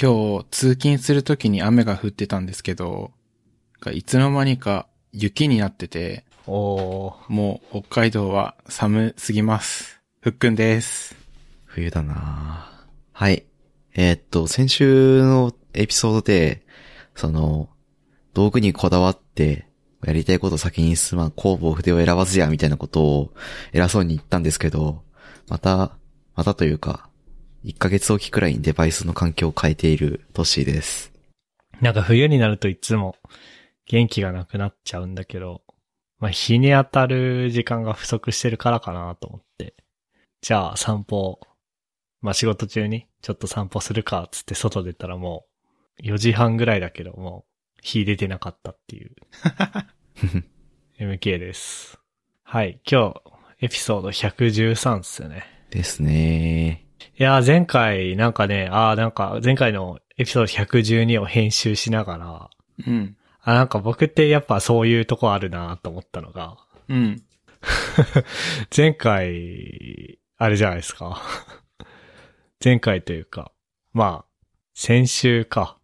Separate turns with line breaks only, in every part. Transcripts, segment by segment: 今日、通勤するときに雨が降ってたんですけど、いつの間にか雪になってて、
おー、
もう北海道は寒すぎます。ふっくんです。
冬だなはい。えーっと、先週のエピソードで、その、道具にこだわって、やりたいことを先に進まん、工房筆を選ばずや、みたいなことを偉そうに言ったんですけど、また、またというか、1ヶ月おきくらいにデバイスの環境を変えているトッシー です。
なんか冬になるといつも元気がなくなっちゃうんだけど、まあ日に当たる時間が不足してるからかなと思って。じゃあ散歩、まあ仕事中にちょっと散歩するかっつって外出たらもう4時半ぐらいだけどもう日出てなかったっていう MK です。はい、今日エピソード113っすよね。
ですね
いやー、前回、なんかね、ああ、なんか、前回のエピソード112を編集しながら、
うん。
あ、なんか僕ってやっぱそういうとこあるなと思ったのが、
うん。
前回、あれじゃないですか。 前回というか、まあ、先週か。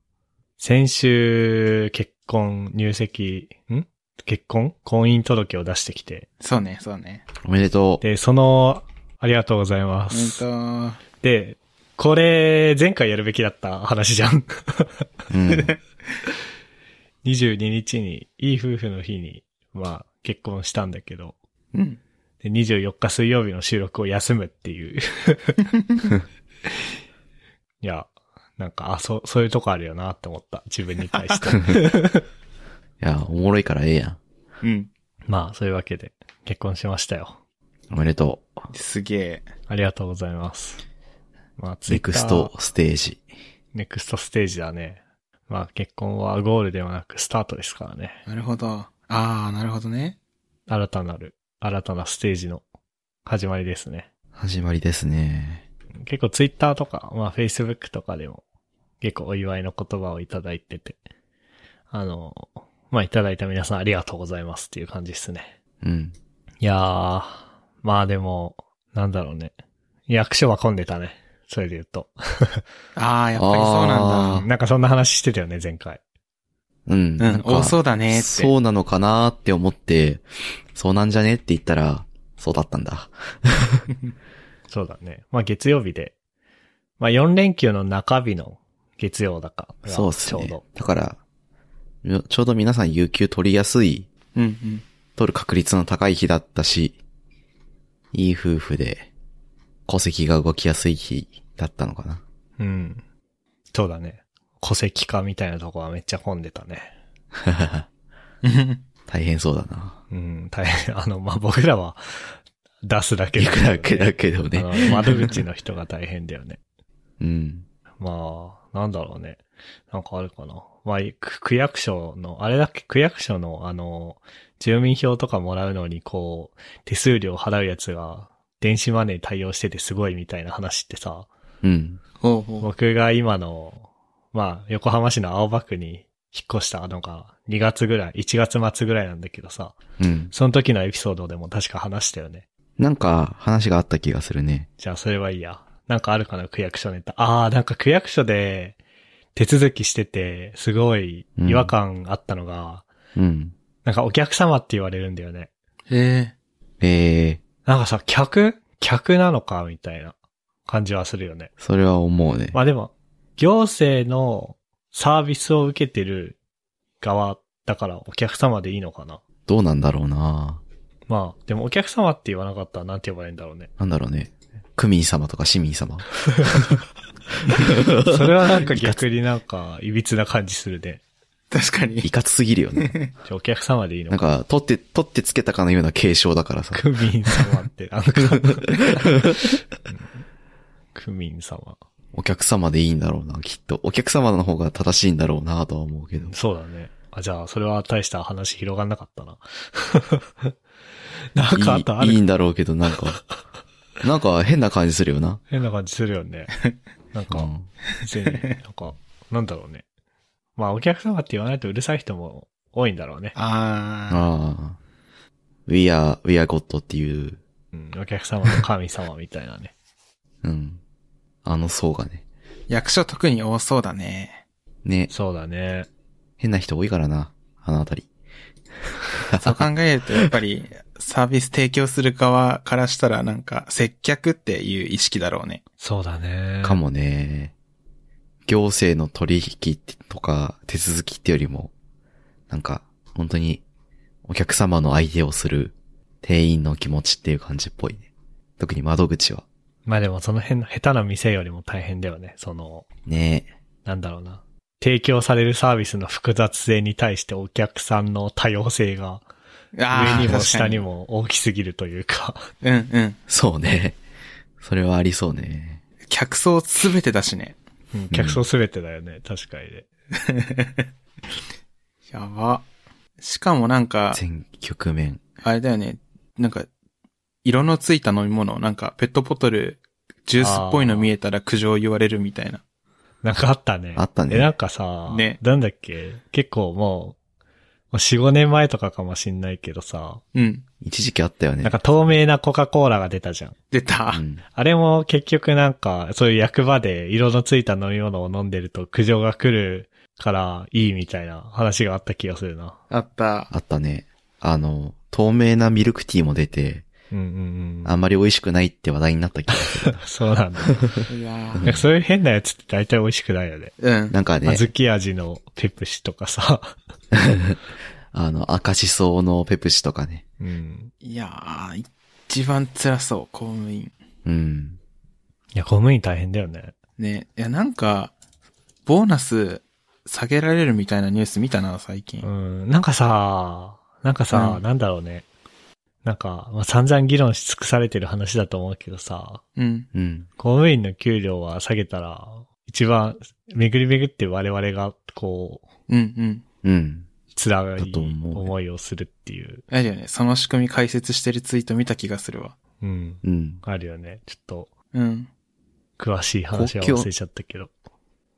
先週、結婚、入籍、ん結婚婚姻届を出してきて。
そうね、そうね。
おめでとう。
で、その、ありがとうございま
うー
す。
んと、
で、これ、前回やるべきだった話じゃん。
うん。
22日に、いい夫婦の日に、まあ、結婚したんだけど、
うん。
で24日水曜日の収録を休むって いう。いや、なんか、あ、そう、そういうとこあるよなって思った。自分に対 して。
いや、おもろいからええやん。
うん。
まあ、そういうわけで、結婚しましたよ。
おめでとう。
すげえ。
ありがとうございます。まあ、ツイ
ネ
ッター
クストステージ。
ネクストステージだね。まあ、結婚はゴールではなくスタートですからね。
なるほど。あー、なるほどね。
新たなる、新たなステージの始まりですね。
始まりですね
結構ツイッターとか、まあ Facebook とかでも結構お祝いの言葉をいただいてて、あの、まあいただいた皆さんありがとうございますっていう感じですね。
うん。
いやー、まあでも、なんだろうね。役所は混んでたね。それで言うと。
あー、やっぱりそうな
あ
ん
なんかそんな話してたよね、前回。
うん。
だ。う
なん
ん、
か
多そうだねって。
そうなのかなーって思って、そうなんじゃねって言ったら、そうだったんだ。
そうだね。まあ月曜日で。まあ4連休の中日の月曜だから。
そうっす
ちょう
ね
ど。。
だから、よちょうど皆さん有給取りやすい、
うんうん。
取る確率の高い日だったし、いい夫婦で、戸籍が動きやすい日だったのかな。
うん。そうだね。戸籍化みたいなとこはめっちゃ混んでたね。
大変そうだな。
うん、大変、あの、まあ、僕らは出すだけ
い
だ
くらけだけど
あ
ね。
の窓口の人が大変だよね。
うん。
まあ、なんだろうね。なんかあるかな。まあ、区区役所の、あれだっけ、区役所の、あの、住民票とかもらうのに、こう、手数料払うやつが、電子マネー対応しててすごいみたいな話ってさ、
うん。
ほうほ
僕が今の、まあ、横浜市の青葉区に引っ越したのが、2月ぐらい、1月末ぐらいなんだけどさ、
うん。
その時のエピソードでも確か話したよね。
なんか、話があった気がするね。
じゃあ、それはいいや。なんかあるかな、区役所ネタ。ああ、なんか区役所で手続きしてて、すごい違和感あったのが、
うん。
なんかお客様って言われるんだよね。
う。へ
ええ
なんかさ、客客なのかみたいな感じはするよね。
ー、それは思うね。
まあでも、行政のサービスを受けてる側だからお客様でいいのかな。
どうなんだろうな
まあ、でもお客様って言わなかったらなんて呼ばれるんだろうね。
なんだろうね。区民様とか市民 様。
それはなんか逆になんか歪な感じするね。
ー確かに。
いかつすぎるよね。
じゃあお客様でいいの
な
か
んか、取って、取ってつけたかのような継承だからさ。
クミン様って、あの、 クミン様。
お客様でいいんだろうな、きっと。お客様の方が正しいんだろうなとは思うけど。
そうだね。あ、じゃあ、それは大した話広がんなかった な。なんかあとあ
いい、いい
る
んだろうけど、な んか。なんか変な感じするよな。
変な感じするよね。なん
う
か、
ん。
別に、なんか、なんだろうね。まあ、お客様って言わないとうるさい人も多いんだろうね。
あ
ああ。We are, we are God っていう、
うん、お客様の神様みたいなね。
うん。あの層がね。
役所特に多そうだね。
ね、
そうだね。
変な人多いからな、あのあたり。
そう考えると、やっぱり、サービス提供する側からしたら、なんか、接客っていう意識だろうね。
そうだね。
か。もね。行政の取引とか手続きってよりも、なんか、本当にお客様の相手をする店員の気持ちっていう感じっぽいね。特に窓口は。
まあでもその辺の下手な店よりも大変だよね。その、
ね
なんだろうな。提供されるサービスの複雑性に対してお客さんの多様性が上
ー
に
確
も
か
下にも大きすぎるというか。
うんうん。
そうね。それはありそうね。
客層すべてだしね。
うん客層すべてだよね。確かにね。
やば。しかもなんか、
全局面。
あれだよね。なんか、色のついた飲み物、なんかペットボトル、ジュースっぽいの見えたら苦情言われるみたいな。
なんかあったね。
あったね
え、なんかさ、
ね
なんだっけ結構もう、もう4、5年前とかかもしんないけどさ、
うん。
一時期あったよね。
なんか透明なコカ・コーラが出たじゃん。
出た
う。ん、
あれも結局なんか、そういう役場で色のついた飲み物を飲んでると苦情が来るからいいみたいな話があった気がするな。
あった。
あったね。あの、透明なミルクティーも出て、
うんうんう
あんまり美味しくないって話題になった気がする。
ん。そうなんだ。
いや
なんかそういう変なやつって大体美味しくないよね。
うん。
なんかね、
小豆味のペプシとかさ。
あの、赤しそのペプシとかね。
うん。
いやー、一番辛そう、公務員。
うん。
いや、公務員大変だよね。
ね。いや、なんか、ボーナス下げられるみたいなニュース見たな、最近。
うん。なんかさ、なんかさ、
うん
なんだろうね。なんか、まあ、散々議論し尽くされてる話だと思うけどさ、
うん。
うん。
公務員の給料は下げたら、一番、巡り巡って我々が、こう、
うん、うん。
うん。
辛い
だと思うね
思いをするっていう。
あれだよね。その仕組み解説してるツイート見た気がするわ。
うん。
うん。
あるよね。ちょっと、
うん。
詳しい話は忘れちゃったけど。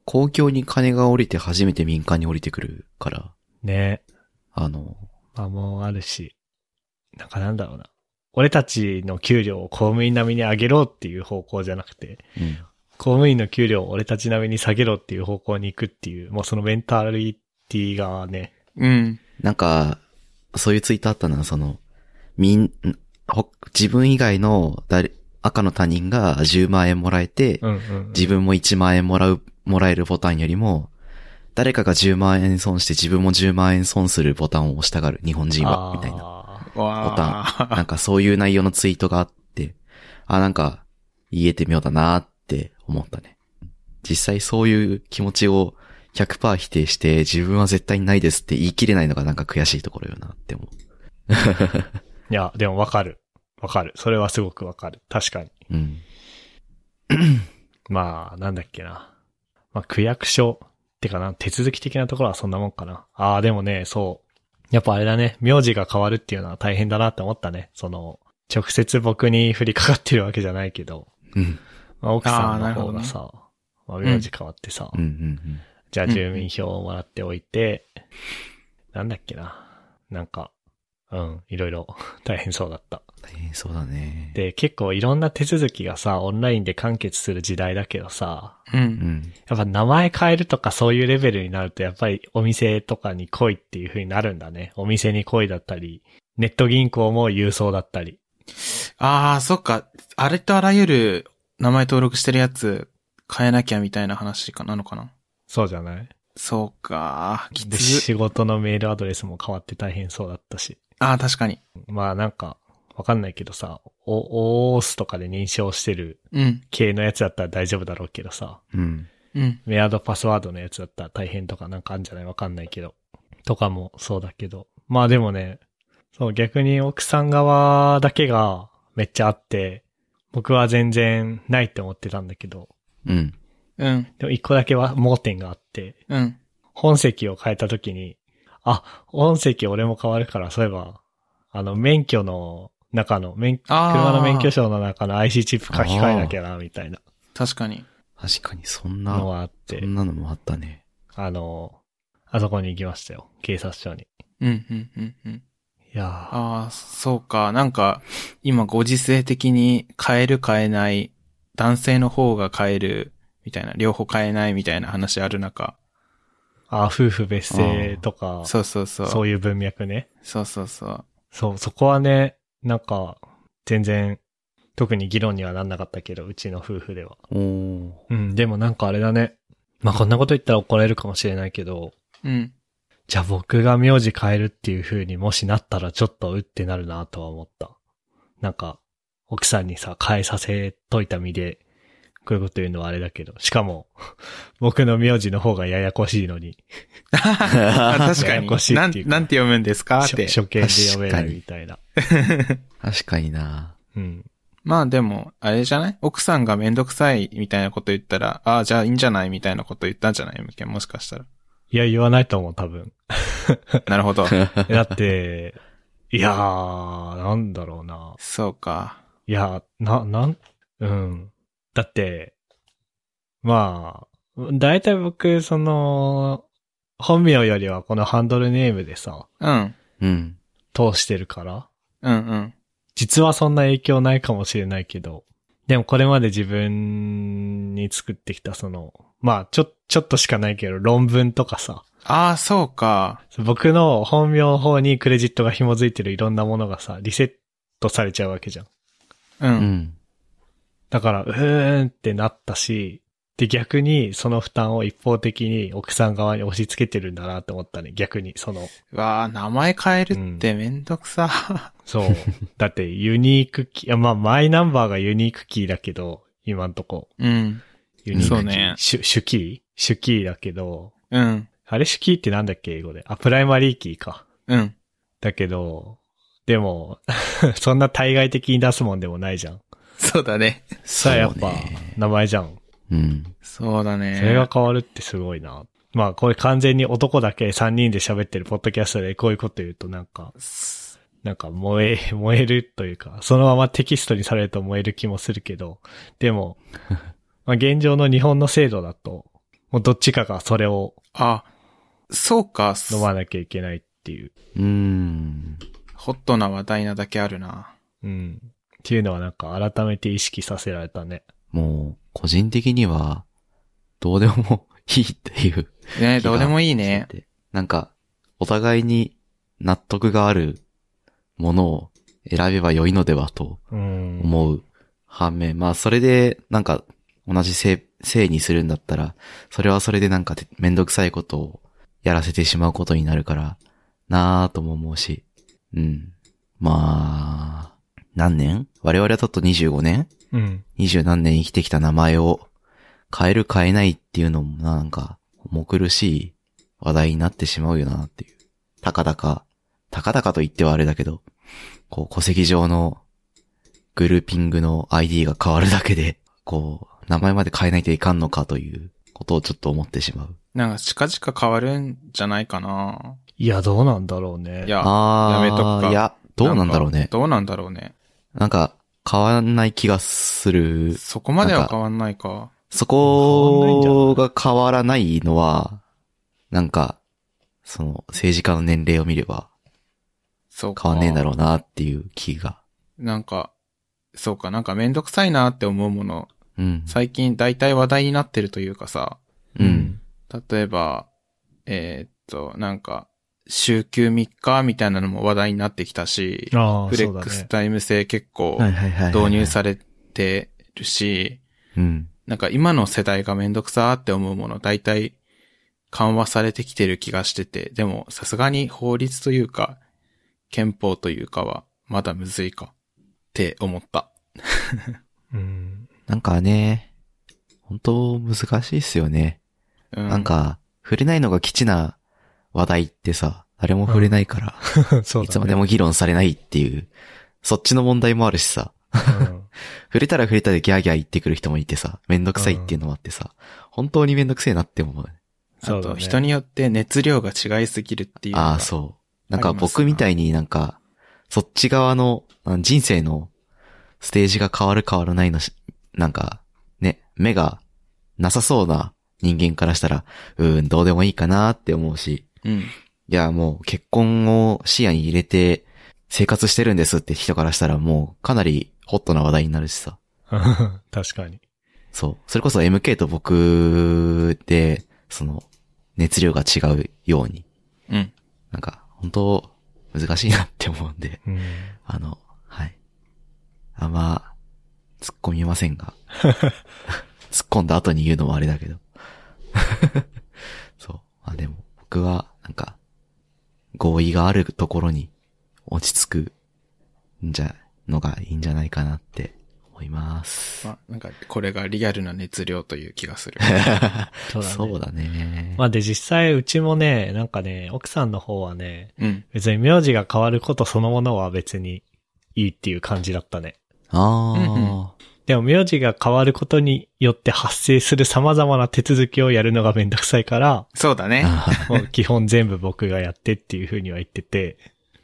公共に金が降りて初めて民間に降りてくるから、
ね。
あの、
まあもうあるし。なんかなんだろうな。俺たちの給料を公務員並みに上げろっていう方向じゃなくて、
うん。
公務員の給料を俺たち並みに下げろっていう方向に行くっていう、もうそのメンタリティがね、
うん。
なんか、そういうツイートあったな、その、みん、んほ自分以外の誰、赤の他人が10万円もらえて、
うんうん。
自分も1万円もらう、もらえるボタンよりも、誰かが10万円損して自分も10万円損するボタンを押したがる、日本人は、みたいな。
な。
わー
なんかそういう内容のツイートがあって、あ、なんか、言えてみようだなーって思ったね。実際そういう気持ちを100%否定して、自分は絶対にないですって言い切れないのがなんか悔しいところよなって思
いや、でもわかる。わかる。それはすごくわかる。確かに。
う。うん。
まあ、なんだっけな。まあ、区役所ってかな、手続き的なところはそんなもんかな。ああ、でもね、そう。やっぱあれだね、名字が変わるっていうのは大変だなって思ったね。その、直接僕に降りかかってるわけじゃないけど、
うん。
まあ、奥さ
あー
ん
な
の
るほど
方
ね
がさ、まあ、名字変わってさ、
うんうん
じゃあ住民票をもらっておいて、なんだっけな。なんか、うん、いろいろ大変そうだった。
うん。大変そうだね。
で、結構いろんな手続きがさ、オンラインで完結する時代だけどさ、
う。
うんん。
やっぱ名前変えるとかそういうレベルになると、やっぱりお店とかに来いっていう風になるんだね。お店に来いだったり、ネット銀行も郵送だったり。
ああ、そっか。あれとあらゆる名前登録してるやつ変えなきゃみたいな話かなのかな
そうじゃない
そうか。き
で、
つ。
仕事のメールアドレスも変わって大変そうだったし。
ああ、確かに。
まあなんか、わかんないけどさ、お、オースとかで認証してる
うん。
系のやつだったら大丈夫だろうけどさ、
うん。
うん。
メアドパスワードのやつだったら大変とかなんかあるんじゃないわかんないけど。とかもそうだけど。まあでもね、そう逆に奥さん側だけがめっちゃあって、僕は全然ないって思ってたんだけど、
うん。
うん。
でも一個だけは盲点があって、
うん。
本籍を変えた時に、あ、本籍俺も変わるから、そういえば、あの、免許の中の、免
あー
車の免許証の中の IC チップ書き換えなきゃな、みたいな
確かに。
確かにそん
の
な、
はあって
そ、んなのもあったね。
あの、あそこに行きましたよ。警察署に。
うん、うん、うん、うん。
いや
ああ、そうか。なんか、今ご時世的に変える変えない、男性の方が変える、みたいな、両方買えないみたいな話ある中、
あ、夫婦別姓とか、
そうそうそう。
そういう文脈ね。
そうそうそう。
そう、そこはね、なんか、全然、特に議論にはなんなかったけど、うちの夫婦では。
おー
うん、でもなんかあれだね。まあ、こんなこと言ったら怒られるかもしれないけど、
うん。
じゃあ僕が名字変えるっていう風にもしなったらちょっとうってなるなとは思った。なんか、奥さんにさ、変えさせといた身で、こういうこと言うのはあれだけど、しかも、僕の名字の方がややこしいのに、
確か
やや
に。
こしい
な
っ
ん
ていう、か
なんて読むんですかっ
初
て。
初見で読めないみたいな。
確かにな
うん。
まあでも、あれじゃない奥さんがめんどくさいみたいなこと言ったら、ああ、じゃあいいんじゃないみたいなこと言ったんじゃない向けもしか したら。
いや、言わないと思う、多分。
なるほど。
えだって、いやー、なんだろうな。
そうか。
いや、な、なん、うん。だって、まあ、だいたい僕、その、本名よりはこのハンドルネームでさ、
うん。
うん。
通してるから、
うんうん。
実はそんな影響ないかもしれないけど、でもこれまで自分に作ってきたその、まあ、ちょ、ちょっとしかないけど、論文とかさ、
ああ、そうか。
僕の本名の方にクレジットが紐づいてるいろんなものがさ、リセットされちゃうわけじゃん。
う。
うんん。
だから、うーんってなったし、で、逆にその負担を一方的に奥さん側に押し付けてるんだなって思ったね。逆に、その、
うわあ、名前変えるってめんどくさ。
そう。だって、ユニークキー、いやまあ、マイナンバーがユニークキーだけど、今んとこ。
うん。
ユニークキー。
そうね
主主キー主キーだけど、
うん。
あれ主キーってなんだっけ英語で。あ、プライマリーキーか。
うん。
だけど、でも、 そんな対外的に出すもんでもないじゃん。
そうだね。
さあ、やっ
そう
ぱ
ね、
名前じゃん。
うん。
そうだね。
それが変わるってすごいな。まあ、これ完全に男だけ3人で喋ってるポッドキャストでこういうこと言うとなんか、なんか燃え、 燃えるというか、そのままテキストにされると燃える気もするけど、でも、まあ現状の日本の制度だと、もうどっちかがそれを
あ、そうか。
飲まなきゃいけないっていう、
うん。
ホットな話題なだけあるな。
うん。っていうのはなんか改めて意識させられたね。
もう、個人的には、どうでもいいっていう。
ね、どうでもいいね。。
なんか、お互いに納得があるものを選べば良いのではと
うん。
思う反面、まあそれでなんか同じ性、性にするんだったら、それはそれでなんかてめんどくさいことをやらせてしまうことになるから、なぁとも思うし、うん。まあ、何年我々はちょっと25年
うん。
二十何年生きてきた名前を変える変えないっていうのもなんか重苦しい話題になってしまうよなっていう。たかだか、たかだかと言ってはあれだけど、こう戸籍上のグルーピングの ID が変わるだけで、こう、名前まで変えないといかんのかということをちょっと思ってしまう。
なんか近々変わるんじゃないかな。
いや、どうなんだろうね。
いや、
あー、
やめとくか
いや、どうなんだろう
か
ね。
どうなんだろうね。
なんか、変わんない気がする。
そこまで
な
は
んか
変わんないか。
そこが変わらないのは、なんか、その政治家の年齢を見れば
そうか。
変わんねえんだろうなっていう気が。
なんか、そうか、なんかめんどくさいなって思うもの、
うん。
最近大体話題になってるというかさ、
うん。
例えば、えーっと、なんか、週休3日みたいなのも話題になってきたし、
ああ、
フレ
そう
ッ
だ
クス
ね。
タイム制結構
はいはいはいはい。
導入されてるし、
うん。
なんか今の世代がめんどくさーって思うもの大体緩和されてきてる気がしてて、でもさすがに法律というか、憲法というかはまだむずいかって思った。
うん。
なんかね、本当難しいっすよね。
うん、
なんか、触れないのが基地な話題ってさ、誰も触れないか ら、
そうだね。
いつまでも議論されないっていう、そっちの問題もあるしさ。
うん。
触れたら触れたでギャーギャー言ってくる人もいてさ、めんどくさいっていうのもあってさ、本当にめんどくせえなって思う。
あ
そうだ
と
ね
人によって熱量が違いすぎるっていうのが。
ああ、そう。なんか
ありますな
僕みたいになんか、そっち側のあの人生のステージが変わる変わらないのし、なんか、ね、目がなさそうな人間からしたら、うーん、どうでもいいかなって思うし、
うん。
いや、もう結婚を視野に入れて生活してるんですって人からしたらもうかなりホットな話題になるしさ。
確かに。
そう。それこそ MK と僕で、その、熱量が違うように、
うん。
なんか、本当難しいなって思うんで、
うん。
あの、はい。あんま、突っ込みません が。突っ込んだ後に言うのもあれだけど。 そう。まあでも、僕は、なんか、合意があるところに落ち着くんじゃ、のがいいんじゃないかなって思い ます。
まあ、なんか、これがリアルな熱量という気がする。
そうだね。
そうだね。
まあで実際うちもね、なんかね、奥さんの方はね、
うん。
別に名字が変わることそのものは別にいいっていう感じだったね。
あー、
うんうん
でも名字が変わることによって発生する様々な手続きをやるのがめんどくさいから、
そうだね。
あー
もう基本全部僕がやってっていうふうには言ってて、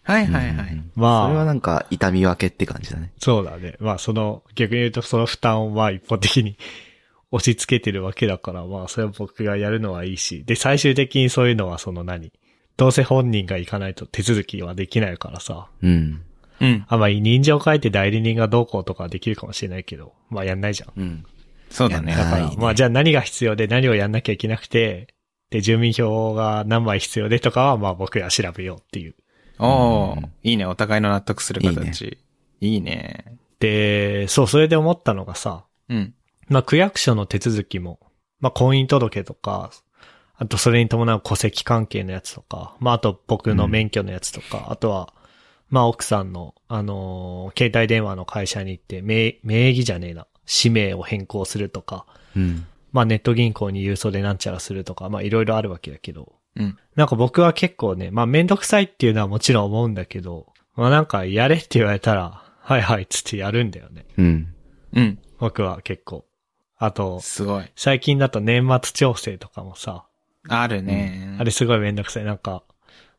はいはいは
うんう
い。
ん
まあ
それはなんか、痛み分けって感じだね。
そうだね。まあその、逆に言うとその負担をまあ一方的に 押し付けてるわけだから、まあそれは僕がやるのはいいし、で最終的にそういうのはその何どうせ本人が行かないと手続きはできないからさ、
うん。
うん。
あ、まあ人情書いて代理人がどうこうとかはできるかもしれないけど、まあやんないじゃん。
うん。
そうだね
いや。
だか
な
ら、
ね
まあじゃあ何が必要で何をやんなきゃいけなくて、で、住民票が何枚必要でとかは、まあ僕が調べようっていう。
お
う
ー
ん、
いいね。お互いの納得する形。いいね。
で、そう、それで思ったのがさ、
うん。
まあ区役所の手続きも、まあ婚姻届とか、あとそれに伴う戸籍関係のやつとか、まああと僕の免許のやつとか、あとは、まあ奥さんの、あのー携帯電話の会社に行って、名、名義じゃねえな、氏名を変更するとか、
うん。
まあネット銀行に郵送でなんちゃらするとか、まあいろいろあるわけだけど、
うん。
なんか僕は結構ね、まあめんどくさいっていうのはもちろん思うんだけど、まあなんかやれって言われたら、はいはいっつってやるんだよね。
うん。
うん。
僕は結構。あと、
すごい。
最近だと年末調整とかもさ、
あるね。
あれすごいめんどくさい。なんか、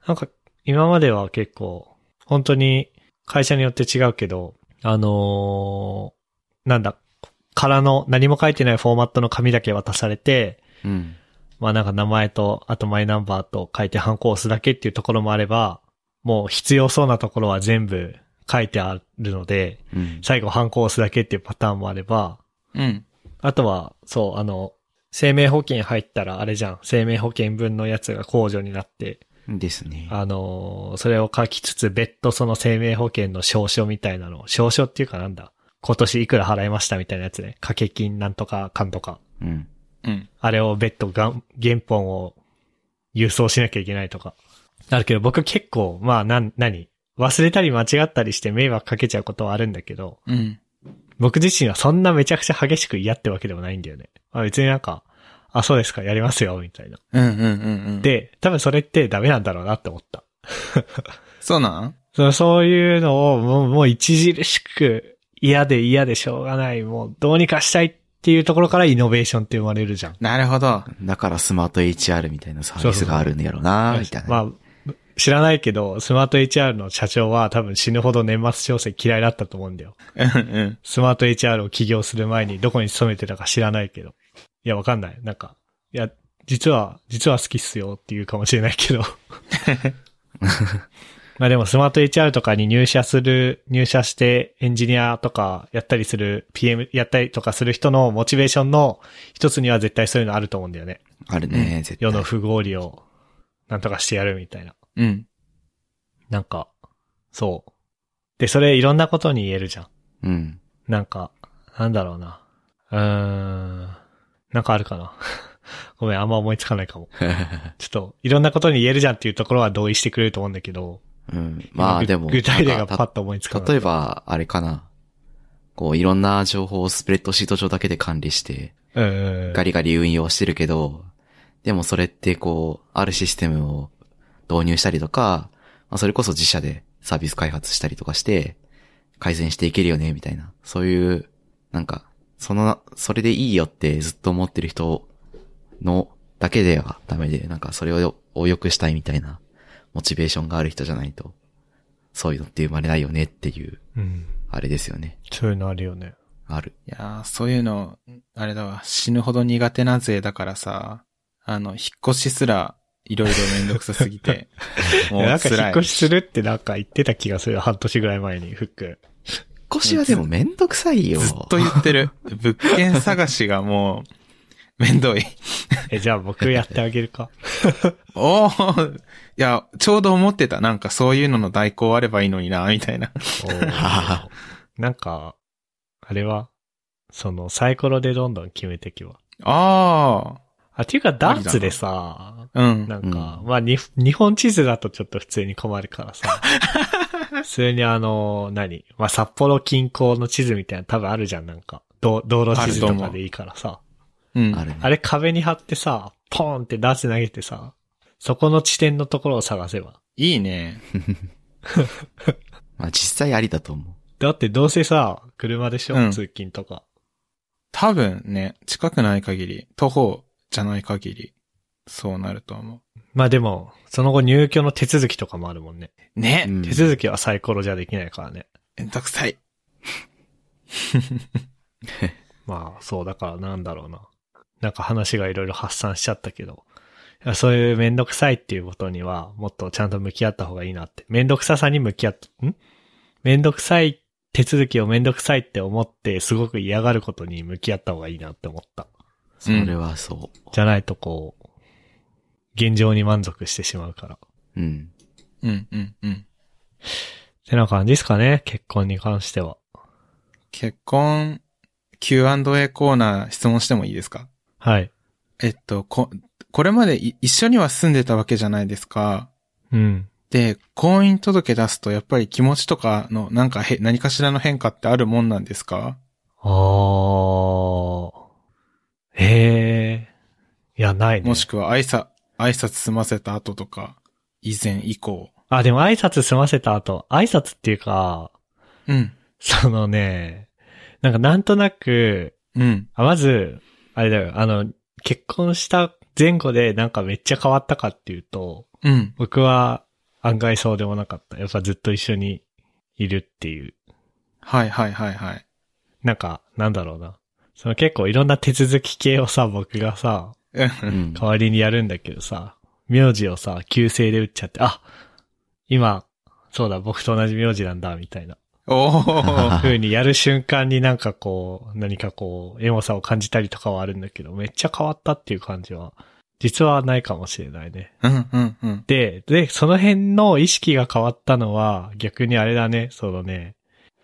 なんか今までは結構、本当に会社によって違うけど、あのーなんだ、空の何も書いてないフォーマットの紙だけ渡されて、
うん。
まあなんか名前と、あとマイナンバーと書いてハンコを押すだけっていうところもあれば、もう必要そうなところは全部書いてあるので、
うん。
最後ハンコを押すだけっていうパターンもあれば、
うん。
あとは、そう、あの、生命保険入ったらあれじゃん、生命保険分のやつが控除になって、
ですね。
あのーそれを書きつつ、別途その生命保険の証書みたいなの、証書っていうかなんだ、今年いくら払いましたみたいなやつね、掛け金なんとかかんとか。
うん。
うん。
あれを別途がん原本を郵送しなきゃいけないとか。あるけど僕結構、まあ、なん、何忘れたり間違ったりして迷惑かけちゃうことはあるんだけど、
うん。
僕自身はそんなめちゃくちゃ激しく嫌ってわけでもないんだよね。まあ別になんか、あ、そうですか、やりますよ、みたいな。
うんうんうんうん。、
で、多分それってダメなんだろうなって思った。
そうなん
そのそういうのをもう、もう著しく嫌で嫌でしょうがない、もうどうにかしたいっていうところからイノベーションって生まれるじゃん。
なるほど。
だからスマート HR みたいなサービスがあるんやろうな、みたいな。
まあ、知らないけど、スマート HR の社長は多分死ぬほど年末調整嫌いだったと思うんだよ。
うんうん。
スマート HR を起業する前にどこに勤めてたか知らないけど。いや、わかんない。なんか、いや、実は、実は好きっすよっていうかもしれないけど。まあでもスマート HR とかに入社する、入社してエンジニアとかやったりする、PM やったりとかする人のモチベーションの一つには絶対そういうのあると思うんだよね。
あるね、絶対。
世の不合理をなんとかしてやるみたいな。
うん。
なんか、そう。で、それいろんなことに言えるじゃん。
うん。
なんか、なんだろうな。うーん。なんかあるかな。 ごめん、あんま思いつかないかも。ちょっと、いろんなことに言えるじゃんっていうところは同意してくれると思うんだけど。
うん。まあ
ぐ
でも、
具体例
な
が
んか
パッと思いつかない。
例えば、あれかな。こう、いろんな情報をスプレッドシート上だけで管理して、
ば、うん。
ガリガリ運用してるけど、でもそれってこう、あるシステムを導入したりとか、まあそれこそ自社でサービス開発したりとかして、改善していけるよね、みたいな。そういう、なんか、その、それでいいよってずっと思ってる人のだけではダメで、なんかそれをを良くしたいみたいな、モチベーションがある人じゃないと、そういうのって生まれないよねっていう、
うん。
あれですよね。
そういうのあるよね。
ある。
いやー、そういうの、あれだわ、死ぬほど苦手なぜだからさ、あの、引っ越しすら、いろいろめんどくさすぎて、もう
なんか引
辛
っ
い
越。しするってなんか言ってた気がする。半年ぐらい前に、フック。
越しはでもめんどくさいよ。
ずっと言って る。物件探しがもう、めんどい。
え、じゃあ僕やってあげる か。
おおいや、ちょうど思ってた。なんかそういうのの代行あればいいのにな、みたいな。
おーなんか、あれは、そのサイコロでどんどん決めてきば。
あ
あ、っていうかダーツでさ、
あ、うん。
なんか、まあに、日本地図だとちょっと普通に困るからさ。普通にあの、何まあ、札幌近郊の地図みたいなの多分あるじゃん、なんか。道道路地図とかでいいからさ。
うん。
あるね。
あれ壁に貼ってさ、ポーンってダーツ投げてさ、そこの地点のところを探せば。
いいね。
まあ実際ありだと思
だってどうせさ、車でしょ、
うん
通勤とか。
多分ね、近くない限り、徒歩じゃない限り、そうなると思
まあでも、その後入居の手続きとかもあるもんね。
う。ね、
うん
手続きはサイコロじゃできないからね。
めんどくさい。
まあ、そう、だからなんだろうな。なんか話がいろいろ発散しちゃったけど、いやそういうめんどくさいっていうことには、もっとちゃんと向き合った方がいいなって。めんどくささに向き合った、んめんどくさい手続きをめんどくさいって思って、すごく嫌がることに向き合った方がいいなって思った。
う。それはそ
じゃないとこう、現状に満足してしまうから。っ
う。うん。
うん、うん、うん。
てな感じですかね、結婚に関しては。
結婚、Q&A コーナー質問してもいいですか
はい。
えっと、こ、これまでい一緒には住んでたわけじゃないですか。
うん。
で、婚姻届出すと、やっぱり気持ちとかの、なんかへ、何かしらの変化ってあるもんなんですか
あー。えー。いや、ないね。
もしくは挨拶、挨拶済ませた後とか、以前以降。
あ、でも挨拶済ませた後、挨拶っていうか、
うん。
そのね、なんかなんとなく、
うん。
あまず、あれだよ、あの、結婚した前後でなんかめっちゃ変わったかっていうと、
うん。
僕は案外そうでもなかった。やっぱずっと一緒にいるっていう。
はいはいはいはい。
なんか、なんだろうな。その結構いろんな手続き系をさ、僕がさ、
うん
うん。
代わりにやるんだけどさ、名字をさ、旧姓で打っちゃって、あ、今、そうだ、僕と同じ名字なんだ、みたいな。
お ー。
風にやる瞬間になんかこう、何かこう、エモさを感じたりとかはあるんだけど、めっちゃ変わったっていう感じは、実はないかもしれないね。
うんうんうん。
で、で、その辺の意識が変わったのは、逆にあれだね、そのね、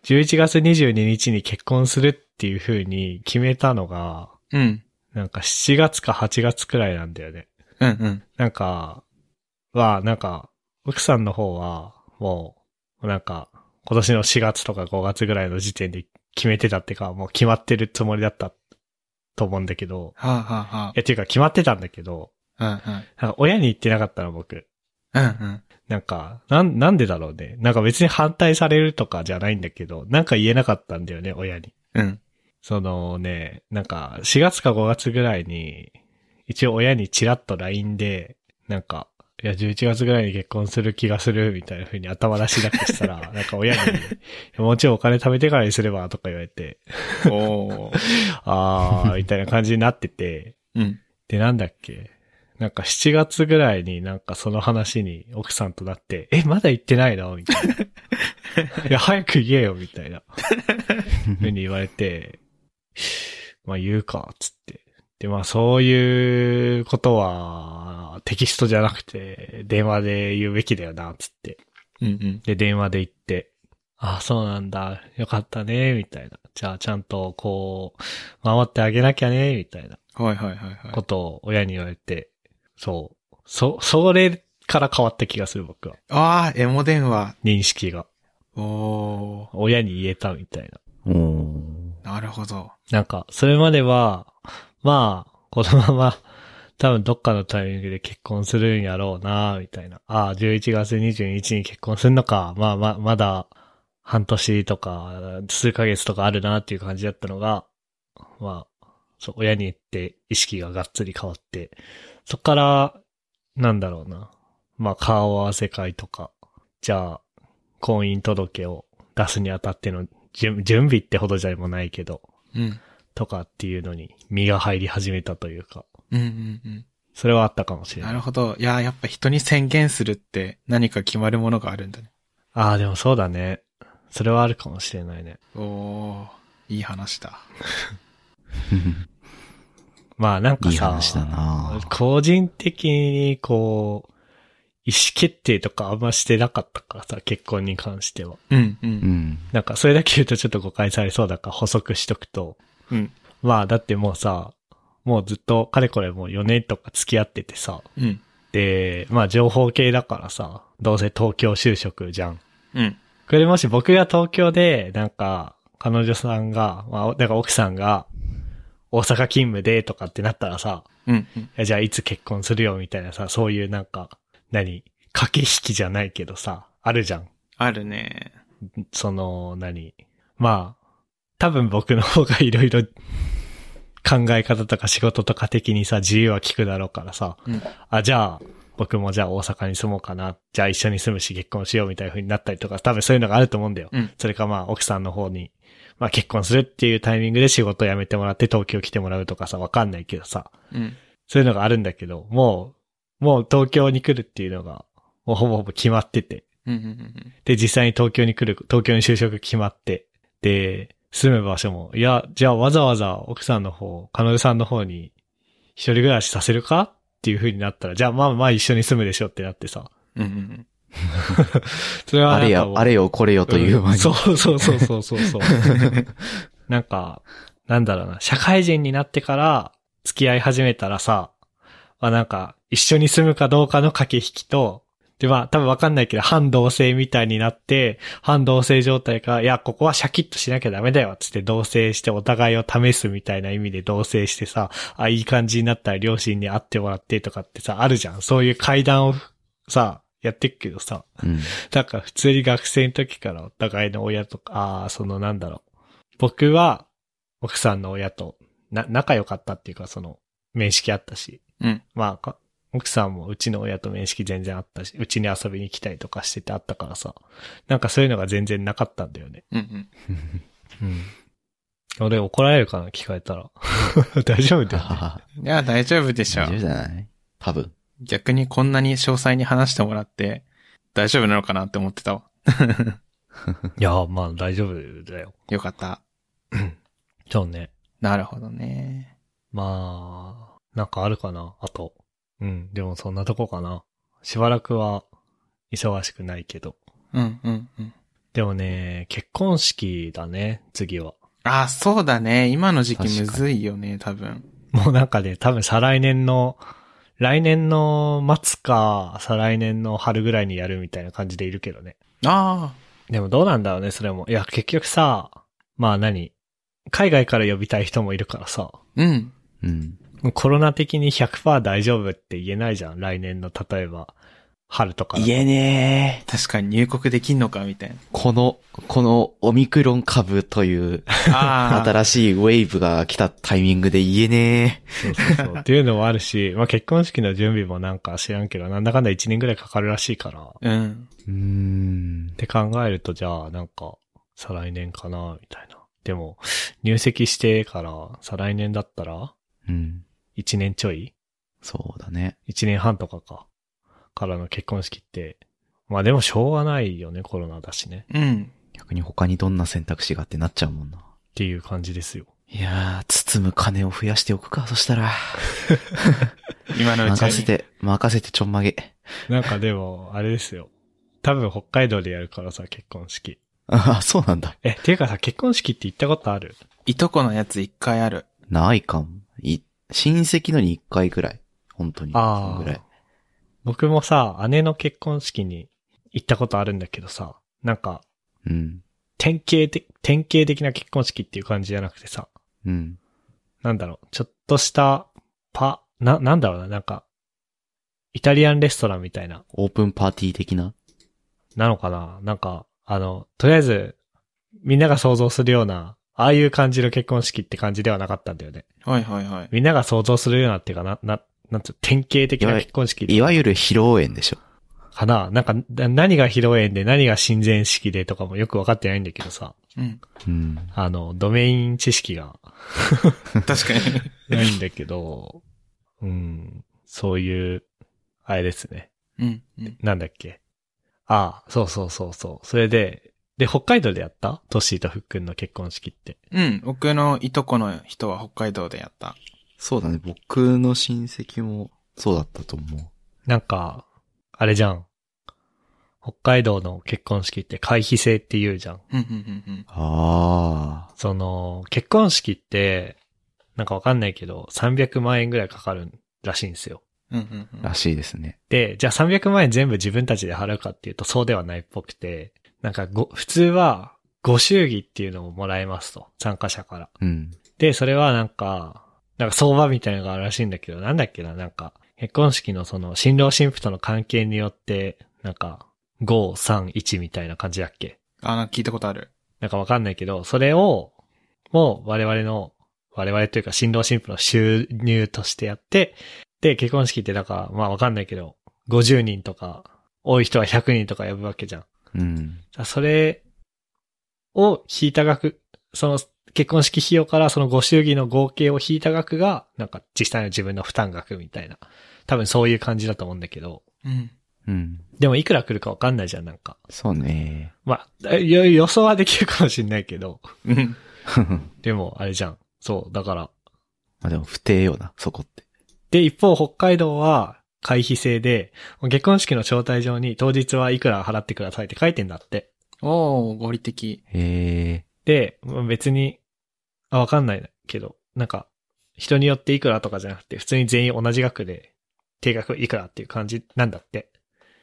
11月22日に結婚するっていう風に決めたのが、
うん。
なんか7月か8月くらいなんだよね。
うんうん。
なんか、は、なんか、奥さんの方は、もう、なんか、今年の4月とか5月ぐらいの時点で決めてたってか、もう決まってるつもりだったと思うんだけど、
はあ、はい
や、っていうか決まってたんだけど、
あ、はあ。うんうん。
なんか親に言ってなかったの僕。
うんうん。
なんか、なん、なんでだろうね。なんか別に反対されるとかじゃないんだけど、なんか言えなかったんだよね、親に。
うん。
そのね、なんか、4月か5月ぐらいに、一応親にチラッと LINE で、なんか、いや、11月ぐらいに結婚する気がする、みたいな風に頭出しだけしたら、なんか親に、いやもうちろんお金貯めてからにすれば、とか言われて、
おー。
あー、みたいな感じになってて、
うん。
で、なんだっけ。なんか7月ぐらいになんかその話に奥さんとなって、え、まだ行ってないのみたいな。いや、早く言えよ、みたいな。ふうに言われて、まあ言うか、つって。で、まあそういうことは、テキストじゃなくて、電話で言うべきだよな、つって。
うんうん。
で、電話で言って、ああ、そうなんだ。よかったね、みたいな。じゃあ、ちゃんと、こう、守ってあげなきゃね、みたいな
はいはいはい
こ
はい。
とを親に言われて、そう。そ、それから変わった気がする、僕は。
ああ、エモ電話。
認識が。
おー。
親に言えたみたいな。
お ー
なるほど。
なんか、それまでは、まあ、このまま、多分どっかのタイミングで結婚するんやろうな、みたいな。ああ、11月22日に結婚するのか。まあまあ、まだ、半年とか、数ヶ月とかあるな、っていう感じだったのが、まあ、そう、親に言って意識ががっつり変わって、そっから、なんだろうな。まあ、顔合わせ会とか、じゃあ、婚姻届を出すにあたっての準準備ってほどじゃもないけど、
うん。
とかっていうのに身が入り始めたというか、
うんうんうん。
それはあったかもしれな。
ないるほど。いやー、やっぱ人に宣言するって何か決まるものがあるんだね。
ああ、でもそうだね。それはあるかもしれないね。
おー、いい話だ。
まあなんか
い
さ、
い話だな
個人的にこう、意思決定とかあんましてなかったからさ、結婚に関しては。
うん、う、
うんん。
なんかそれだけ言うとちょっと誤解されそうだから補足しとくと。
うん、
まあだってもうさ、もうずっとかれこれもう4年とか付き合っててさ、
うん、
で、まあ情報系だからさ、どうせ東京就職じゃん。
うん、
これもし僕が東京で、なんか、彼女さんが、まあ、だから奥さんが、大阪勤務でとかってなったらさ、
うん、
いやじゃあいつ結婚するよみたいなさ、そういうなんか、何駆け引きじゃないけどさ、あるじゃん。
あるね。
その、何まあ、多分僕の方がいろい ろ考え方とか仕事とか的にさ、自由は聞くだろうからさ、
うん
あ、じゃあ、僕もじゃあ大阪に住もうかな。じゃあ一緒に住むし結婚しようみたいな風になったりとか、多分そういうのがあると思うんだよ。
うん
それかまあ奥さんの方に、まあ結婚するっていうタイミングで仕事を辞めてもらって東京来てもらうとかさ、わかんないけどさ、
うん、
そういうのがあるんだけど、もう、もう東京に来るっていうのが、もうほぼほぼ決まってて。
うん、うん、
で、実際に東京に来る、東京に就職決まって、で、住む場所も、いや、じゃあわざわざ奥さんの方、彼女さんの方に、一人暮らしさせるかっていう風になったら、じゃあまあまあ一緒に住むでしょってなってさ。
うん、うん、
それは
あれや、あれ
よ
よ、これよという間に。
そうそうそうそうそうそう。 なんか、なんだろうな、社会人になってから付き合い始めたらさ、まあなんか、一緒に住むかどうかの駆け引きと、でまあ多分わかんないけど、反同性みたいになって、反同性状態から、いや、ここはシャキッとしなきゃダメだよ、つって同性してお互いを試すみたいな意味で同性してさ、あ、いい感じになったら両親に会ってもらってとかってさ、あるじゃん。そういう階段をさ、やってくけどさ、
うん。
なんか普通に学生の時からお互いの親とか、ああー、そのなんだろう。僕は奥さんの親とな仲良かったっていうかその面識あったし、
うん、
まあか奥さんもうちの親と面識全然あったし、うちに遊びに来たりとかしててあったからさ、なんかそういうのが全然なかったんだよね。
うん、うん。
うん。俺怒られるかな聞かれたら。 大丈夫だよ、ね。
いや、大丈夫でしょ
大。丈夫じゃない多分。
逆にこんなに詳細に話してもらって、大丈夫なのかなって思ってたわ。
いや、まあ大丈夫だよ。
よかった。
そうね。
なるほどね。
まあ、なんかあるかな、あと。うん、でもそんなとこかな。しばらくは忙しくないけど。
うん、うん、うん。
でもね、結婚式だね、次は。
あ、そうだね。今の時期
確か
む
に
ずいよね、多分。
もうなんかね、多分再来年の、来年の末か、再来年の春ぐらいにやるみたいな感じでいるけどね。
あ
でもどうなんだろうね、それも。いや、結局さ、まあ何海外から呼びたい人もいるからさ、
あ、うん、
うん。
コロナ的に100%大丈夫って言えないじゃん、来年の、例えば、春とかだと。
言えねえ。
確かに入国できんのか、みたい な。
この、このオミクロン株という
ああ、
新しいウェーブが来たタイミングで言えね
そうそうそう。っていうのもあるし、まあ結婚式の準備もなんか知らんけど、なんだかんだ1年ぐらいかかるらしいから、っ
うん。
え。うーん。
て考えると、じゃあなんか、再来年かな、みたいな。でも、入籍してから、再来年だったら、
うん。
1年ちょい
そうだね。
?1 年半とかか。からの結婚式って、まあでもしょうがないよね、コロナだしね。
うん。
逆に他にどんな選択肢があってなっちゃうもんな。
っていう感じですよ。
いやー、包む金を増やしておくか、そしたら。
今のうち
任せ
に。
て、任せてちょんまげ。
なんかでも、あれですよ。多分北海道でやるからさ、結婚式。
ああ、そうなんだ。
え、っていうかさ、結婚式って行ったことある
いとこのやつ一回ある。
ないかも。い、親戚のに一回ぐらい。本当に。
あー
そんぐらい。
僕もさ、姉の結婚式に行ったことあるんだけどさ、なんか、
うん。
典型的、典型的な結婚式っていう感じじゃなくてさ、
うん。
なんだろう、ちょっとした、パ、な、なんだろうな、なんか、イタリアンレストランみたいな、
オープンパーティー的な。
なのかななんか、あの、とりあえず、みんなが想像するような、ああいう感じの結婚式って感じではなかったんだよね。
はいはいはい。
みんなが想像するようなっていうかな、な、なんつう、典型的な結婚式
いわゆる披露宴でしょ。
かななんか、な何が披露宴で何が親善式でとかもよくわかってないんだけどさ。
うん。
うん。
あの、ドメイン知識が
確 かに。
ないんだけど、 うん、そういう、あれですね。
うん。うん
なんだっけ。ああ、そうそうそうそう。それで、で、北海道でやったトッシーとふっくんの結婚式って。
うん、僕のいとこの人は北海道でやった。
そうだね。僕の親戚もそうだったと思う。
なんか、あれじゃん。北海道の結婚式って回避制って言うじゃん。
うん、うん、うん、
ああ。
その、結婚式って、なんかわかんないけど、300万円ぐらいかかるらしいんですよ。
うん。うん、うん、うん
ら。しいですね。
で、じゃあ300万円全部自分たちで払うかっていうとそうではないっぽくて、なんかご、普通は、ご祝儀っていうのをもらえますと、参加者から。
うん。
で、それはなんか、なんか相場みたいなのがあるらしいんだけど、なんだっけな、なんか、結婚式のその、新郎新婦との関係によって、なんか、5、3、1みたいな感じだっけ
あ、なんか聞いたことある。
なんかわかんないけど、それを、もう我々の、我々というか新郎新婦の収入としてやって、で、結婚式ってなんか、まあわかんないけど、50人とか、多い人は100人とか呼ぶわけじゃん。だか
うん。
らそれを引いた額、その結婚式費用からそのご祝儀の合計を引いた額が、なんか実際の自分の負担額みたいな。多分そういう感じだと思うんだけど、
うん。
うん。
でもいくら来るかわかんないじゃん、なんか。
そうね。
まあ、よ予想はできるかもしんないけど、
うん。
でも、あれじゃん。そう、だから。
まあでも不定よな、そこって。
で、一方、北海道は、回避制で、結婚式の招待状に当日はいくら払ってくださいって書いてんだって。
おー、合理的。
へえ。
で、別に、あ、わかんないけど、なんか、人によっていくらとかじゃなくて、普通に全員同じ額で、定額いくらっていう感じなんだって。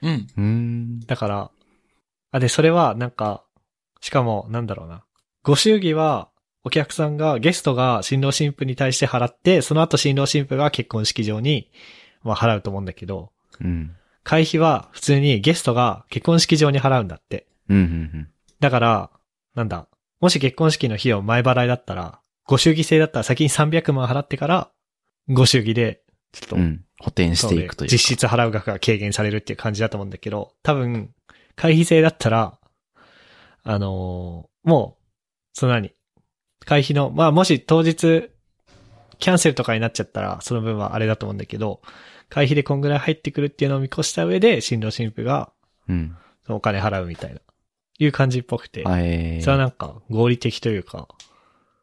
うん。
うーん。
だから、あ、で、それは、なんか、しかも、なんだろうな。ご祝儀は、お客さんが、ゲストが新郎新婦に対して払って、その後新郎新婦が結婚式場に、まあ払うと思うんだけど、
うん。
会費は普通にゲストが結婚式場に払うんだって。
うん、うん、
だから、なんだ、もし結婚式の費用前払いだったら、ご祝儀制だったら先に300万払ってから、ご祝儀で、ちょっと、
うん。うん。補填していくというか。
実質払う額が軽減されるっていう感じだと思うんだけど、多分、会費制だったら、あのーもう、その何会費の、まあもし当日、キャンセルとかになっちゃったら、その分はあれだと思うんだけど、会費でこんぐらい入ってくるっていうのを見越した上で、新郎新婦が
うん。
そのお金払うみたいな、いう感じっぽくて、
あえー
それはなんか合理的というか、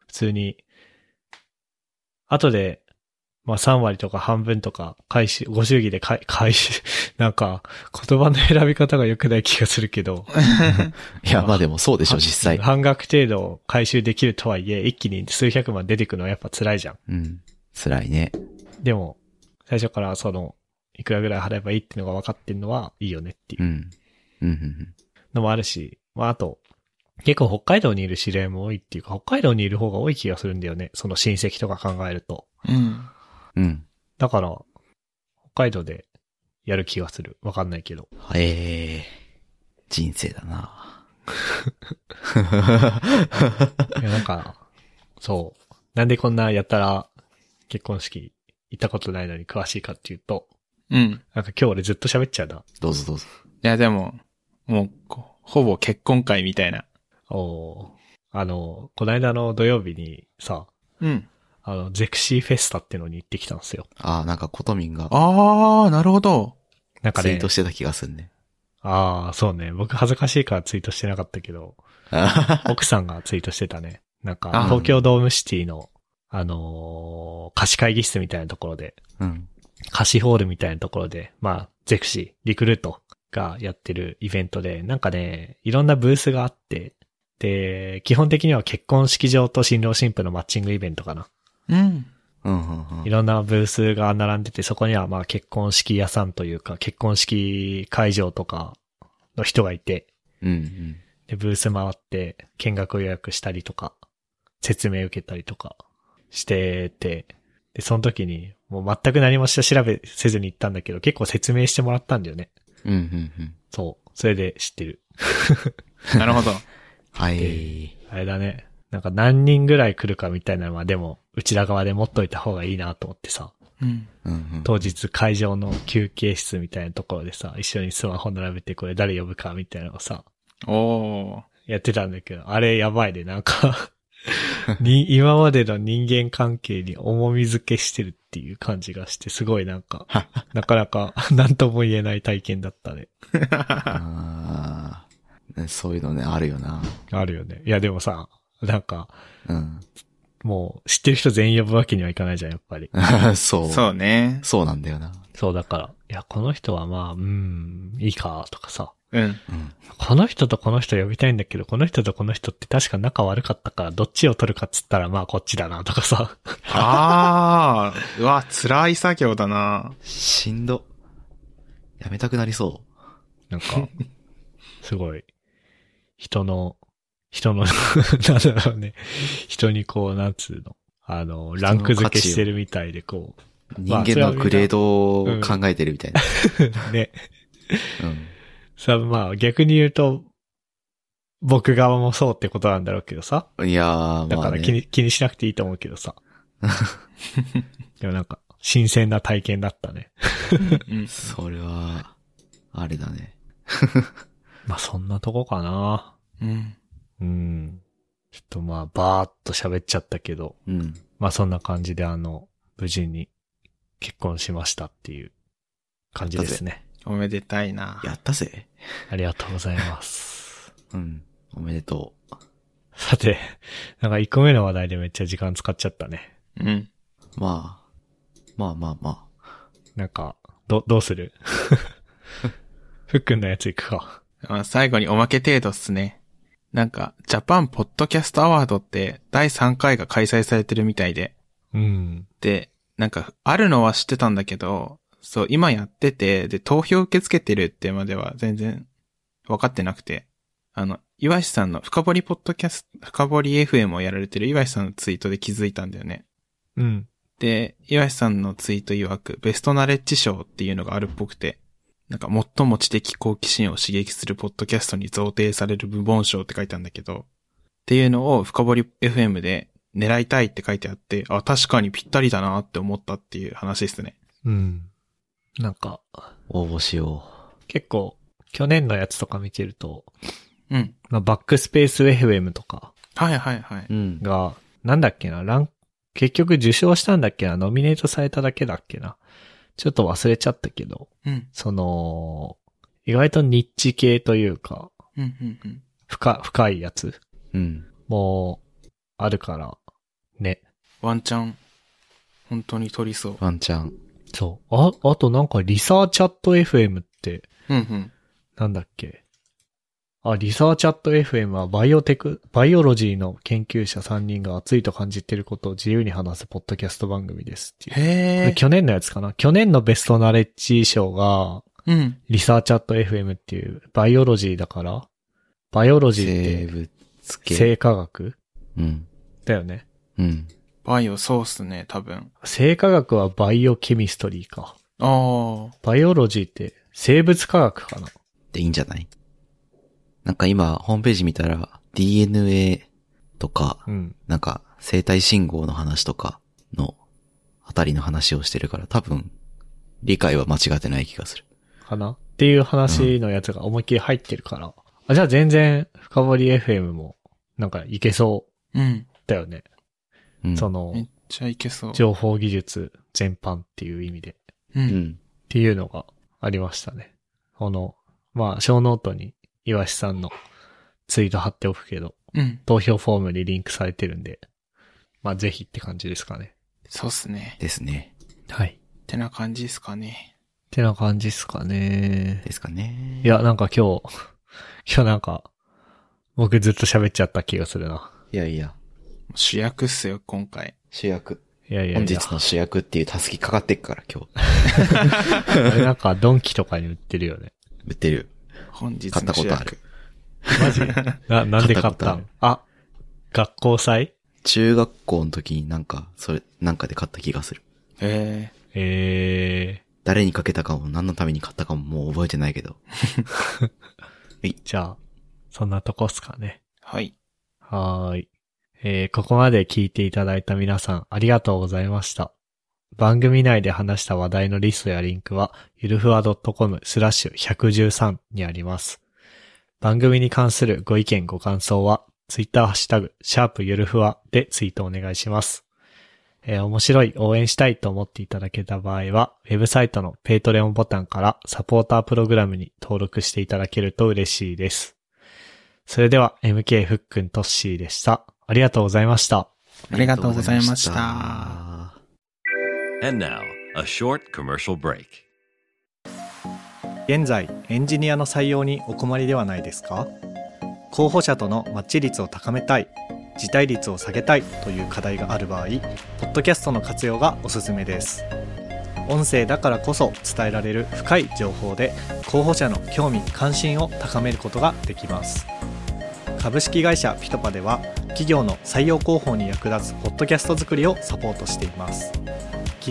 普通に、後で、まあ3割とか半分とか、回収、ご祝儀で 回、回収、なんか、言葉の選び方が良くない気がするけど、
いや、まあでもそうでしょ、実際。
半額程度回収できるとはいえ、一気に数百万出てくのはやっぱ辛いじゃん。
うん。辛いね。。
でも、最初からその、いくらぐらい払えばいいっていうのが分かってんのはいいよねっていううん
うん、うん
のもあるし、まああと、結構北海道にいる知り合いも多いっていうか、北海道にいる方が多い気がするんだよね。その親戚とか考えると。
うん。
うん。うん。
だから、北海道でやる気がする。わかんないけど。
ええ人生だな
いや、なんか、 そう。なんでこんなやったら結婚式行ったことないのに詳しいかっていうと、
うん。
なんか今日俺ずっと喋っちゃうな。
どうぞどうぞ。
いや、でも、もう、こほぼ結婚会みたいな。
おーあの、こないだの土曜日にさ、
うん。
あの、ゼクシーフェスタってのに行ってきたんですよ。
ああ、なんかことみんが
あー、なるほど。
なんか
ツイ
ね
ート、してた気がするね。
ああ、そうね。僕恥ずかしいからツイートしてなかったけど、 奥さんがツイートしてたね。なんか、
あ
東京ドームシティの、あのー貸し会議室みたいなところで、
うん。
貸しホールみたいなところで、まあ、ゼクシー、リクルートがやってるイベントで、なんかね、いろんなブースがあって、で、基本的には結婚式場と新郎新婦のマッチングイベントかな。
うん。
うん、うん、う
い
ん。
ろんなブースが並んでて、そこにはまあ結婚式屋さんというか、結婚式会場とかの人がいて、
うん、うん。
で、ブース回って見学予約したりとか、説明受けたりとかしてて、で、その時に、もう全く何もした調べせずに行ったんだけど、結構説明してもらったんだよね。
うん、うん、うん。
そう。それで知ってる。
なるほ ど。
はい。
あれだね。なんか何人ぐらい来るかみたいなのは、でも、うちら側で持っといた方がいいなと思ってさ、
うん。
うん、うん。
当日会場の休憩室みたいなところでさ、一緒にスマホ並べてこれ誰呼ぶかみたいなのをさ、
おー。
やってたんだけど、あれやばいね、なんか、 に、今までの人間関係に重みづけしてるっていう感じがして、すごいなんか、なかなか何とも言えない体験だったね。
あーそういうのね、あるよな。
あるよね。いや、でもさ、なんか、
うん。
もう、知ってる人全員呼ぶわけにはいかないじゃん、やっぱり。
そう。そう。
そうね。
なんだよな。
そう、だから、いや、この人はまあ、うん、いいか、とかさ、
うん。
うん。
この人とこの人呼びたいんだけど、この人とこの人って確か仲悪かったから、どっちを取るかっつったら、まあ、こっちだな、とかさ。
ああ、うわ、辛い作業だな。
しんど。やめたくなりそ
なんか、すごい、人の、人の、 なんだろうね、人にこう、なんつうの、あの、ランク付けしてるみたいで、こ
う。人
まあそれ
間
は
のグレードを考えてるみたいな。
う、ね、
うん。
さ、まあ逆に言うと、僕側もそうってことなんだろうけどさ。
いやー、
だ
ま
か
あ、
ら気に,、
ね。
気にしなくていいと思うけど さ。でもなんか、新鮮な体験だったね。
うん。
それは、あれだね。
まあそんなとこかな。
うん。
うん。ちょっとまあ、ばーっと喋っちゃったけど、
うん。
まあそんな感じであの、無事に結婚しましたっていう感じですね。
おめでたいな。
やったぜ。
ありがとうございます。
うん。おめでとう。
さて、なんか1個目の話題でめっちゃ時間使っちゃったね。
うん。
まあ、まあまあま
なんか、ど、どうする ふっくんのやつ行くか。
あ最後におまけ程度っすね。なんか、ジャパンポッドキャストアワードって第3回が開催されてるみたいで。
うん。
で、なんか、あるのは知ってたんだけど、そう、今やってて、で、投票受け付けてるってまでは全然分かってなくて、あの、岩石さんの深掘りポッドキャスト、深掘り FM をやられてる岩石さんのツイートで気づいたんだよね。
うん。
で、岩石さんのツイート曰く、ベストナレッジ賞っていうのがあるっぽくて、なんか最も知的好奇心を刺激するポッドキャストに贈呈される部門賞って書いてあるんだけど、っていうのを深掘り FM で狙いたいって書いてあって、あ、確かにぴったりだなって思ったっていう話ですね。
うん。なんか、
あ。応募しよ。。
結構、去年のやつとか見てると、
うん。
まあ、バックスペース FM とか
はいはいはいう
うん。
が、なんだっけな、ラン、結局受賞したんだっけな、ノミネートされただけだっけな。ちょっと忘れちゃったけど、
うん。
その、意外とニッチ系というか、
うんうんうん。
深、深いやつ
うん。
も、あるから、ね。
ワンチャン、本当に取りそう。
ワンチャン。
そう。あ、あとなんかリサーチャット FM って、
うんうん。
なんだっけ。あ、リサーチャット FM はバイオテク、バイオロジーの研究者3人が熱いと感じていることを自由に話すポッドキャスト番組ですっていう。こ
へ
れ
え。
去年のやつかな去年のベストナレッジ賞が、
うん。
リサーチャット FM っていう、バイオロジーだから、バイオロジ
生
ーっ
物
て、
系。
生化学
うん。
だよね。
うん。
バイオそうっすね、多分。
生化学はバイオケミストリーか。
ああ。
バイオロジーって、生物科学かな
でいいんじゃないなんか今、ホームページ見たら、DNA とか、
うん。
なんか、生体信号の話とかの、あたりの話をしてるから、多分、理解は間違ってない気がする。
かなっていう話のやつが思いっきり入ってるから。あ、じゃあ全然、深掘り FM も、なんかいけそう
うん。
だよね。
うん。
そ
めっ
の、
ちゃいけそう。
情報技術全般っていう意味で。
う。
うんん。
っていうのがありましたね。この、まあ、小ノートに岩橋さんのツイート貼っておくけど、
うん。
投票フォームにリンクされてるんで、まあ、ぜひって感じですかね。
そうっすね。
ですね。
は
っ
い。
てな感じですかね。
てな感じですかね。
ですかね。
いや、なんか今日、 今日なんか、僕ずっと喋っちゃった気がするな。
いやいや、
主役っすよ、今回。
主役。
いやいや
本
いや
日、の主役っていうタスキかかってっから、今日。
あれなんかドンキとかに売ってるよね。
売ってる。
本日
買った
の
こ
主
とある
役。。
マジ な、なんで買っ
買った
た
こ
のあ、学校祭
中学校の時になんか、それ、なんかで買った気がする。
え
えー、
誰にかけたかも、何のために買ったかももう覚えてないけど。
じゃあ、そんなとこっすかね。
ー、はい。
はーい。えーここまで聞いていただいた皆さんありがとうございました。番組内で話した話題のリストやリンクは、ゆるふわ .com スラッシュ113にあります。番組に関するご意見ご感想は、ツイッターハッシュタグ、シャープゆるふわでツイートお願いします。えー面白い、応援したいと思っていただけた場合は、ウェブサイトのペイトレオンボタンからサポータープログラムに登録していただけると嬉しいです。それでは MK ふっくんとっしーでした。ありがとうございました。
ありがとうございました。
And now, a short commercial break.
現在エンジニアの採用にお困りではないですか候補者とのマッチ率を高めたい辞退率を下げたいという課題がある場合ポッドキャストの活用がおすすめです音声だからこそ伝えられる深い情報で候補者の興味関心を高めることができます株式会社ピトパでは企業の採用広報に役立つポッドキャスト作りをサポートしています気